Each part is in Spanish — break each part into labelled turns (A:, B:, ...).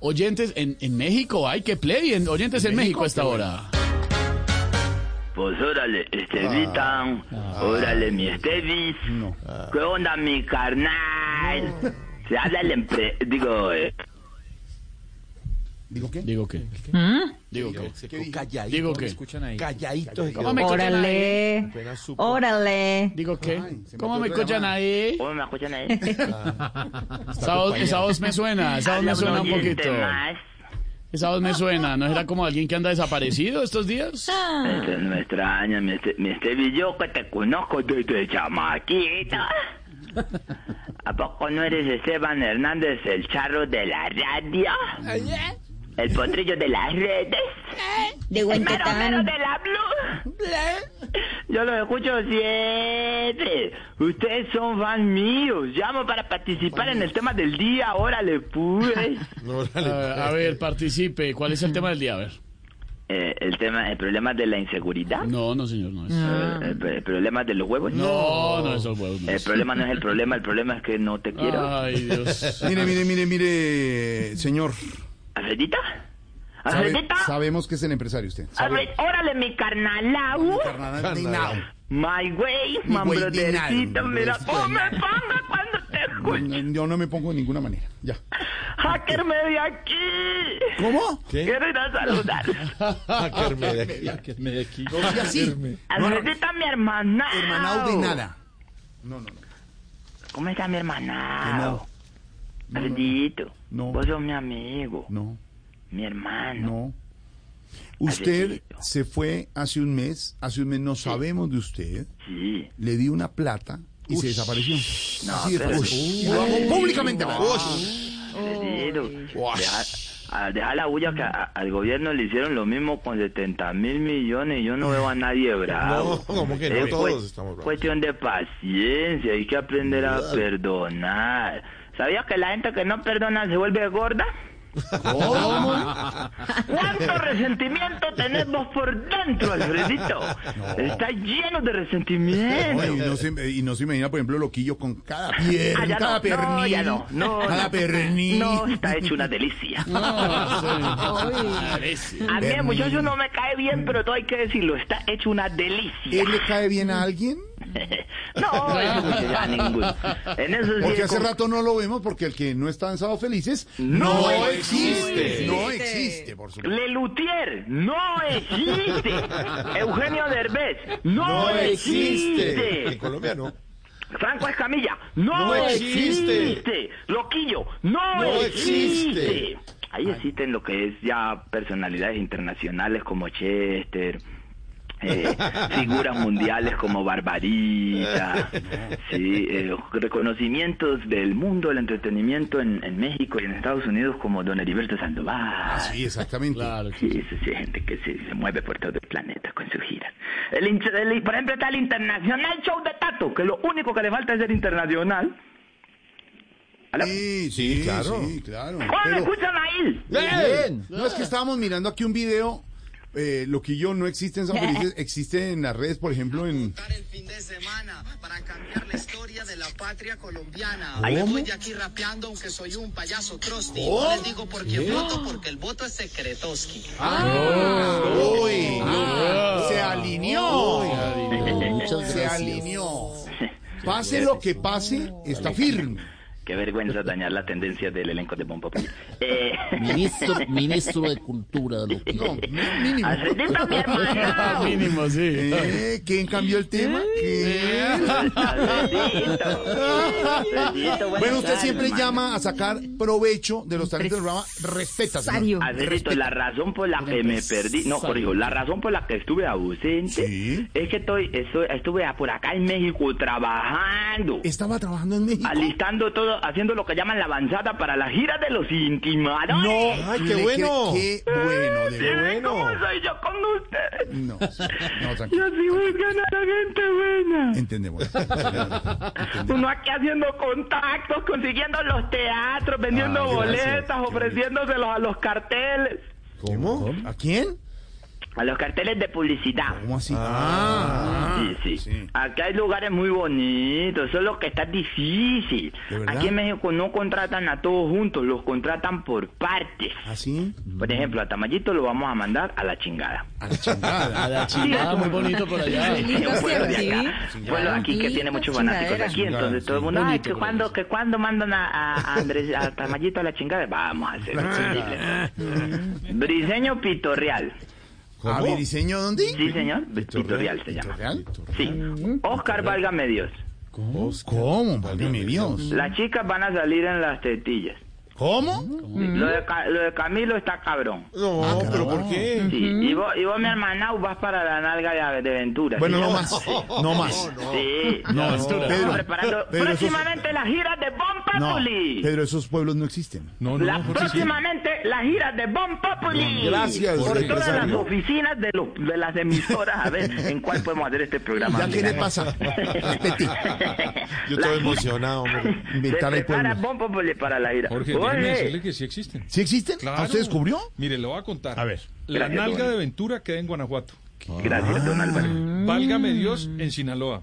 A: Oyentes en, en México, hay que play. En, oyentes en, México, a esta hora.
B: Pues órale, Estevitan, órale, mi Estevis. ¿Qué onda, mi carnal? Se habla el empre... Digo, eh,
A: ¿Digo qué? Digo qué.
B: ¿Mm?
A: Digo qué.
C: Calladito.
A: Digo qué.
C: Calladito.
A: ¿Cómo me escuchan ahí?
D: Órale, órale.
A: Digo qué. ¿Cómo me escuchan ahí?
B: ¿cómo me escuchan ahí?
A: Esa voz, esa voz me suena, esa voz me suena un
B: oyente
A: poquito.
B: más
A: Esa voz me suena, ¿no será como alguien que anda desaparecido estos días?
B: Este, no me extraña, mi, este, mi Estevi, yo que te conozco desde chamaquito. ¿A poco no eres Esteban Hernández, el charro de la radio? El potrillo de las redes.
D: De
B: El mero mero
D: Huentotán.
B: de la blue. Yo los escucho siempre. Ustedes son fan míos. Llamo para participar en el tema del día. Órale, pues.
A: A ver, a ver, participe. ¿Cuál es el tema del día? A ver.
B: Eh, el tema, el problema de la inseguridad.
A: No, no, señor, no es.
B: Eh, El, el problema de los huevos.
A: No, no, esos huevos no
B: El
A: es.
B: problema no es el problema, el problema es que no te
E: Ah.
B: quiero.
A: Ay, Dios.
E: Mire, mire, mire, mire, señor.
B: ¿Alfredita?
E: Sabe-
B: ¿Alfredita?
E: sabemos que es el empresario usted.
B: Alfred, órale, mi carnalau. My way,
E: Mi
B: man
E: güey,
B: brothercito,
E: dinero,
B: mira
E: brothercito.
B: cómo me pongo cuando te escucho.
E: Yo no me pongo de ninguna manera. Ya.
B: Hacker me de aquí.
E: ¿Cómo?
B: Quiero ir a saludar.
E: Y así.
B: Alfredita, mi hermana.
E: Hermanao de nada. No, no, no.
B: ¿Cómo está mi hermana?
E: no.
B: Alfredito,
E: No.
B: vos sos mi amigo,
E: No,
B: mi hermano.
E: no. Usted
B: Alfredito.
E: se fue hace un mes. Hace un mes no sabemos de usted.
B: Sí.
E: Le di una plata y se desapareció.
B: No,
E: Así de
B: pero-
E: fácil. Y lo hago públicamente.
B: Perdido. Deja, a- deja la bulla que a- al gobierno le hicieron lo mismo con 70 mil millones y yo no veo a nadie bravo.
C: No, ¿cómo que no?
B: Es
C: Todos
B: cues-
C: estamos bravos.
B: Cuestión de paciencia, hay que aprender a perdonar. ¿Sabías que la gente que no perdona se vuelve gorda? ¿Cuánto resentimiento tenés vos por dentro, Alfredito? Está lleno de resentimiento.
E: No, y, no se, y no se imagina, por ejemplo, Loquillo con cada pierna,
B: Ah, ya
E: cada
B: no,
E: pernil.
B: no, ya no, no,
E: cada
B: no.
E: pernil.
B: No, está hecho una delicia.
A: Ah, sí.
B: A mí
E: Pernil.
B: el muchacho no me cae bien, pero todo hay que decirlo, está hecho una delicia.
E: ¿Él le cae bien a alguien?
B: No, eso no llega a ningún. En eso sí
E: Porque
B: es
E: hace
B: como-
E: rato no lo vemos porque el que no está en Sábado Felices
B: No
C: existe.
E: No existe, por supuesto.
B: Le Luthier no existe. Eugenio Derbez no,
C: En
B: existe.
C: Colombia no.
B: Franco Escamilla no,
C: No
B: existe.
C: existe.
B: Loquillo no,
C: No
B: existe.
C: existe.
B: Ahí existen lo que es ya personalidades internacionales como Chester. eh, figuras mundiales como Barbarita, sí, eh, reconocimientos del mundo del entretenimiento en, en México y en Estados Unidos como Don Heriberto Sandoval.
E: Sí, exactamente.
A: Claro.
B: Sí, eso sí, hay gente que se, se mueve por todo el planeta con sus giras. El, inter- el- por ejemplo, está el Internacional Show de Tato, que lo único que le falta es ser internacional. ¿Aló?
E: Sí, sí, claro. Sí, claro.
B: ¡Oh, me
E: Pero-
B: escuchan ahí!
C: Bien.
E: no es que estábamos mirando aquí un video. Eh, Loquillo no existe en Sábado Felices, existe en las redes, por ejemplo, en.
F: el fin de semana para cambiar la historia de la patria colombiana.
B: Ahí.
F: Me voy de aquí rapeando aunque soy un payaso trosti. No les digo por quién voto porque el voto es secretoski.
E: Ah, ¡Uy! ah, se alineó. se alineó. Pase lo que pase, está firme.
B: Qué vergüenza dañar la tendencia del elenco de Bon Populi. Eh,
G: Ministro, ministro de Cultura, lo que-
E: No, mínimo.
B: Alfredito, mi hermano.
A: Mínimo, sí.
E: ¿Eh? ¿Quién cambió el tema? ¿Qué?
B: Alfredito. Alfredito, buenas
E: Bueno, usted
B: tardes,
E: siempre
B: hermano.
E: llama a sacar provecho de los talentos del programa. Respeta, pues, señor.
B: Alfredito, Ah, la razón por la que me perdí, no, corrijo, la razón por la que estuve ausente
E: Sí.
B: es que estoy, estoy- estuve por acá en México trabajando,
E: Estaba trabajando en México.
B: alistando todo haciendo, haciendo lo que llaman la avanzada para la gira de los intimadores.
E: No, Ay, qué le- bueno. qué- qué bueno, de
B: Sí, ¿ven
E: bueno.
B: ¿Cómo soy yo con ustedes?
E: No, no, tranquilo.
B: Yo sí voy a ganar a gente buena.
E: Entendemos.
B: Uno aquí haciendo contactos, consiguiendo los teatros, vendiendo
E: Ah, gracias.
B: boletas,
E: Qué
B: ofreciéndoselos a los carteles.
E: ¿Cómo? ¿A quién?
B: A los carteles de publicidad.
E: ¿Cómo así? Ah.
B: Sí, sí. Aquí hay lugares muy bonitos, eso es lo que está difícil.
E: ¿De verdad?
B: Aquí en México no contratan a todos juntos, los contratan por partes.
E: ¿Así?
B: Por ejemplo, a Tamayito lo vamos a mandar a la chingada.
E: A la chingada.
A: A la chingada, muy bonito por allá.
B: Sí, un pueblo de
D: sí.
B: acá. Un pueblo aquí que tiene muchos fanáticos de aquí,
E: Chingadera.
B: entonces todo el mundo,
A: Bonito,
B: ay, que
A: pero
B: cuando, que cuando mandan a, a- a Andrés, a Tamayito a la chingada, vamos a hacer imposible. Briseño Pitorreal.
E: ¿A mi diseño dónde?
B: Sí, señor, Pitorreal se llama.
E: ¿Pitorreal?
B: Sí, Oscar Válgame Dios.
E: ¿Cómo? ¿Cómo? Válgame Dios.
B: Las chicas van a salir en las tetillas.
E: ¿Cómo? Ah,
B: Lo de, Ca- lo de Camilo está cabrón.
C: No, pero ¿por qué?
B: Sí, y, vos, y vos, mi hermana, vas para la nalga de, de Ventura.
E: Bueno,
B: ¿sí?
E: no más. No más.
B: Sí,
E: No,
B: estamos
E: Ventura. Pedro,
B: preparando
E: Pedro, eso es-
B: próximamente las giras de Bon
E: No,
B: Populi.
E: Pedro, esos pueblos no existen.
C: No,
B: La- próximamente las giras de Bon Populi.
C: Gracias,
B: Por todas las
C: empresario.
B: oficinas de, los- de las emisoras, a ver en cuál podemos hacer este programa.
E: ¿Ya qué
B: mira.
E: le pasa? Respete.
C: Yo
B: La-
C: estoy emocionado, hombre.
E: Inventar
B: Se
E: el
B: prepara
E: pueblo.
B: Bon Populi para la gira.
H: Jorge,
B: Oye,
H: déjeme decirle que sí existen.
E: ¿Sí existen?
H: Claro.
E: ¿A ¿Usted descubrió?
H: Mire, le voy a contar.
E: A ver.
H: La
B: Gracias,
H: nalga
B: Juan.
H: de Ventura queda en Guanajuato.
B: Gracias, don Álvaro.
I: Ah.
H: Válgame Dios en Sinaloa.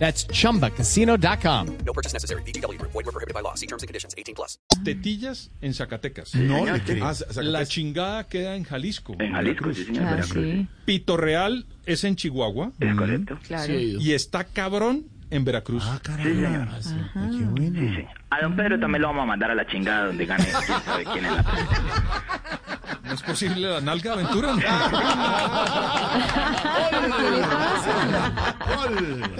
J: That's chumbacasino.com.
K: No purchase necessary. VGW Group. Void were prohibited by law. See terms and conditions. 18 plus.
H: Tetillas en Zacatecas.
E: No, le creo.
C: Ah, Zacatecas.
H: La chingada queda en Jalisco.
B: En Jalisco, sí, señor.
I: Ah,
B: Veracruz.
I: sí. Mm.
H: Pito Real es en Chihuahua.
B: Es correcto.
I: Claro.
H: Y está cabrón en Veracruz.
B: Sí, señor.
E: Ah, Ay, qué bueno.
B: A don Pedro también lo vamos a mandar a la chingada donde gane. quién sabe quién es la-
H: ¿No es posible la nalga de Ventura?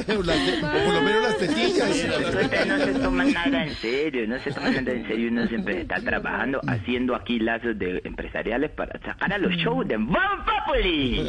E: Por lo menos las tetillas.
B: Ustedes no se toman nada en serio, no se toman nada en serio. Uno siempre está trabajando,
H: Mm.
B: haciendo aquí lazos de empresariales para sacar a los shows de Bon Populi.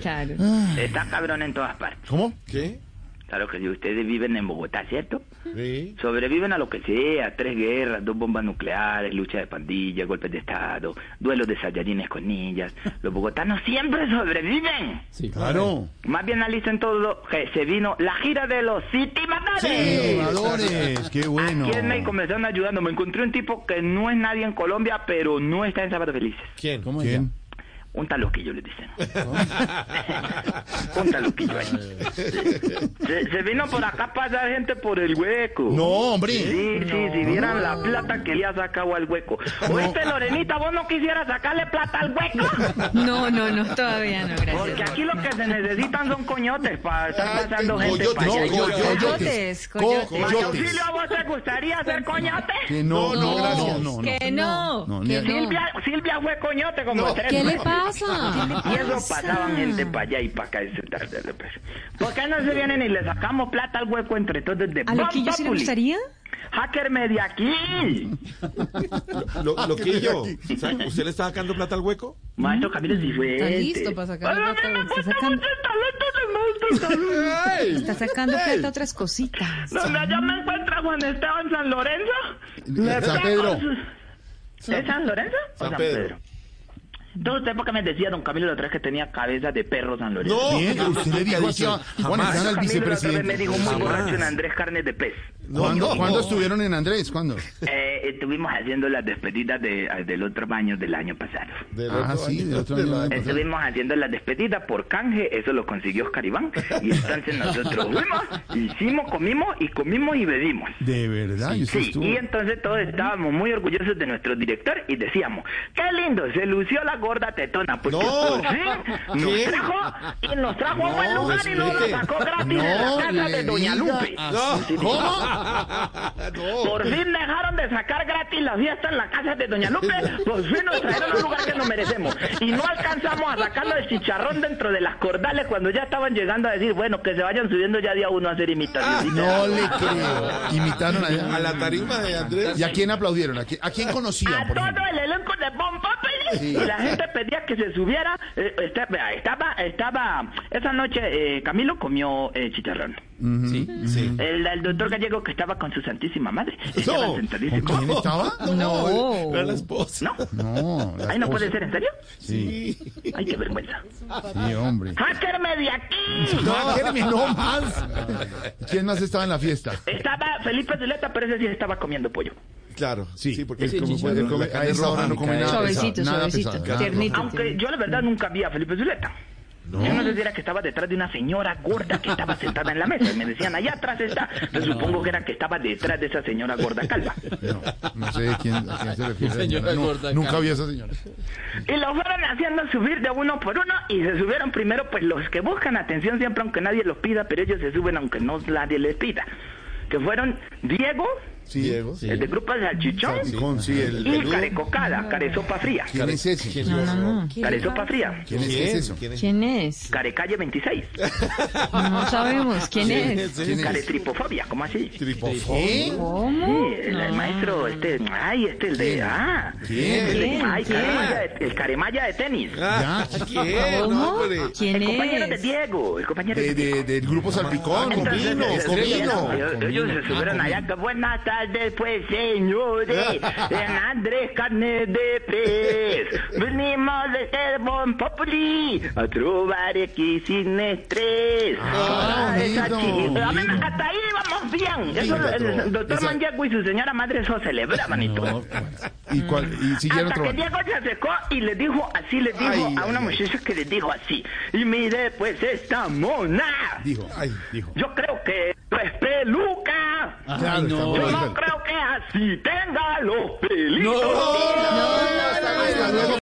I: Claro.
H: Ah.
B: Está cabrón en todas partes.
E: ¿Cómo?
C: ¿Qué?
B: Claro que si ustedes viven en Bogotá, ¿cierto?
C: Sí.
B: Sobreviven a lo que sea, tres guerras, dos bombas nucleares, lucha de pandillas, golpes de estado, duelos de sayarines con ninjas. Los bogotanos siempre sobreviven.
E: Claro.
B: Más bien analicen todo lo que se vino la gira de los City Madres.
E: Innovadores, qué bueno.
B: Aquí en México me están ayudando. Me encontré un tipo que no es nadie en Colombia, pero no está en Sábado Felices.
C: ¿Quién?
E: ¿Cómo ¿Quién?
B: Un taloquillo, les dicen. un taloquillo ahí. Se, se vino por acá a pasar gente por el hueco.
E: No, hombre.
B: Sí, sí, si vieran la plata que le ha sacado al hueco. Oíste, Lorenita, ¿vos no quisieras sacarle plata al hueco?
I: No, Oh, no, no, todavía no,
B: Porque
I: gracias.
B: aquí lo que se necesitan son coñotes para
E: Ah,
B: estar pasando gente
E: Coyotes,
B: para allá.
E: no, coyotes.
I: Coyotes, coyotes.
E: Co-
B: María
E: coyotes.
B: Auxilio, ¿a vos te gustaría ser coñote?
E: Que no, no, gracias. No, no.
I: Que no,
E: No,
I: que
E: ni-
I: no.
B: Silvia, Silvia fue coñote como tres
I: ¿Qué le
B: veces.
I: pasa?
B: Y eso pasaban gente para allá y para acá. ese tal, tal, tal, pues. ¿Por qué no se vienen y le sacamos plata al hueco entre todos de
D: ¿A
B: Bon
D: lo que yo sí le
B: Populi?
D: gustaría?
B: ¡Hacker media aquí!
C: Lo, lo Ah, que yo. ¿sabe? ¿Usted le está sacando plata al hueco?
B: Maestro Camilo Cifuentes.
D: Está listo para sacar
B: Ay,
D: la
B: a mí
D: plata,
B: me
D: está
B: gusta
D: sacando.
B: mucho el talento de maestro Camilo.
D: Está sacando plata a otras cositas.
B: Donde allá me encuentra Juan Esteban San Lorenzo.
E: San
B: saco
E: Pedro.
B: su- ¿Es San Lorenzo? o
C: San Pedro.
B: Entonces usted porque me decía, don Camilo, la otra vez que tenía cabeza de perro San Lorenzo.
E: Bien, usted le dijo así a Juan
C: Jamás.
E: Esteban, al
B: Camilo la otra vez me
E: vicepresidente.
B: dijo muy
C: Jamás.
B: borracho en Andrés Carnes de Pez.
E: ¿Cuándo, ¿cuándo estuvieron en Andrés? ¿Cuándo?
B: Eh, estuvimos haciendo las despedidas de- del otro baño del año pasado.
C: Del
E: Ah,
C: otro
E: sí,
C: año.
E: del otro año.
C: Del
E: pasado.
B: Estuvimos haciendo las despedidas por canje, eso lo consiguió Oscar Iván. Y entonces nosotros fuimos, hicimos, comimos y comimos y bebimos.
E: De verdad, y usted
B: Sí,
E: estuvo.
B: y entonces todos estábamos muy orgullosos de nuestro director y decíamos, qué lindo, se lució la gorda tetona, porque
C: No.
B: por fin nos
C: ¿Qué?
B: trajo y nos trajo a buen
C: No,
B: lugar y nos la
C: respete.
B: sacó gratis de la
E: No
B: casa
E: le
B: de Doña
E: diga
B: Lupe.
C: así.
B: Sí, sí.
E: ¿Cómo?
B: Por fin dejaron de sacar gratis la fiesta en la casa de Doña Lupe. Por fin nos trajeron a un lugar que nos merecemos. Y no alcanzamos a sacarlo del chicharrón dentro de las cordales cuando ya estaban llegando a decir, bueno, que se vayan subiendo ya día uno a hacer imitaciones.
E: Ah, No le creo. Imitaron allá.
B: A la tarima
E: de Andrés. ¿Y a quién aplaudieron? ¿A quién, a quién conocían? Por ejemplo?
B: todo el elenco de Bon Populi
E: Sí.
B: y la gente pedía que se subiera. Eh, esta- vea, estaba, estaba, esa noche eh, Camilo comió eh, chicharrón.
E: Sí, sí.
B: El, el doctor Gallego que estaba con su santísima madre. Estaban sentadísimos.
E: ¿Con quién estaba?
B: No.
E: Era la esposa. No. la
B: Ay, no
E: esposa.
B: puede ser, ¿en serio?
E: Sí.
B: Ay, qué vergüenza.
E: Sí, hombre.
B: ¡Hackerme de aquí!
E: No, Jeremy, no más. ¿Quién más estaba en la fiesta?
B: Estaba Felipe Zuleta, pero ese sí estaba comiendo pollo.
E: Claro, sí, sí porque
L: Ese
E: como
L: chicharrón,
E: puede comer,
L: la
E: a
L: carne
E: esa hora
L: roja,
E: no come nada
B: Suavecito,
E: pesado, nada
B: suavecito,
E: pesado, nada
B: tiernito.
E: roja.
B: Aunque yo la verdad nunca vi a Felipe Zuleta. Yo no sé si era que estaba detrás de una señora gorda que estaba sentada en la mesa. Y me decían, allá atrás está. Yo supongo que era que estaba detrás de esa señora gorda calva.
E: No sé a quién, a quién se refiere.
M: Señora
E: señora. No,
M: gorda,
E: nunca
M: cara.
E: vi a esa señora.
B: Y lo fueron haciendo subir de uno por uno y se subieron primero pues los que buscan atención siempre aunque nadie los pida, pero ellos se suben aunque no nadie les pida. Que fueron Diego,
E: Sí, Diego.
B: el de Grupo Salchichón,
L: Salchicón, sí, el
B: y
L: peludo.
B: Carecocada, Caresopa Fría.
E: ¿Quién es ese?
I: No, no, no. ¿Qué le
B: Caresopa
I: pasa?
B: Fría.
E: ¿Quién es, ¿Quién es eso?
I: ¿Quién es?
B: Carecalle 26.
I: No sabemos. ¿Quién es?
B: Caretripofobia, ¿cómo así?
E: ¿Tripofobia?
I: ¿Cómo?
B: Sí, el, el maestro, este, ay, este, el de, ah,
E: ¿Quién?
B: el de, ay,
I: ¿Quién?
B: caremaya de- el caremaya de tenis.
E: ¿Ya?
I: ¿Cómo? ¿Quién
B: el compañero de
I: es?
B: Diego, el compañero
E: De, de- del grupo Salpicón,
B: Entonces,
E: Comino,
B: eh,
E: Comino.
B: ellos- Ellos se subieron allá. que Buenas tardes, pues, señores. En Andrés Carne de Pez. Venimos de ser Bon Populi a trobar aquí sin estrés.
E: Ah,
B: Ah, esa
E: bonito,
B: chi- Ah,
E: bonito.
B: ven, Hasta ahí vamos bien. Eso,
E: la
B: el,
E: tro-
B: doctor
E: esa-
B: Maniago y su señora madre eso celebraban y todo.
E: ¿Y, cuál, y siguieron
B: Hasta que
E: trabajando.
B: Diego se acercó y le dijo así, le dijo
E: Ay,
B: a una
E: ay, ay.
B: muchacha que le dijo así. Y mire, pues esta mona.
E: Dijo, ay, dijo.
B: Yo creo que esto es peluca.
M: no.
E: Claro, está muy
B: Yo
E: bien.
B: no creo que así tenga los pelitos.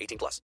N: 18 plus.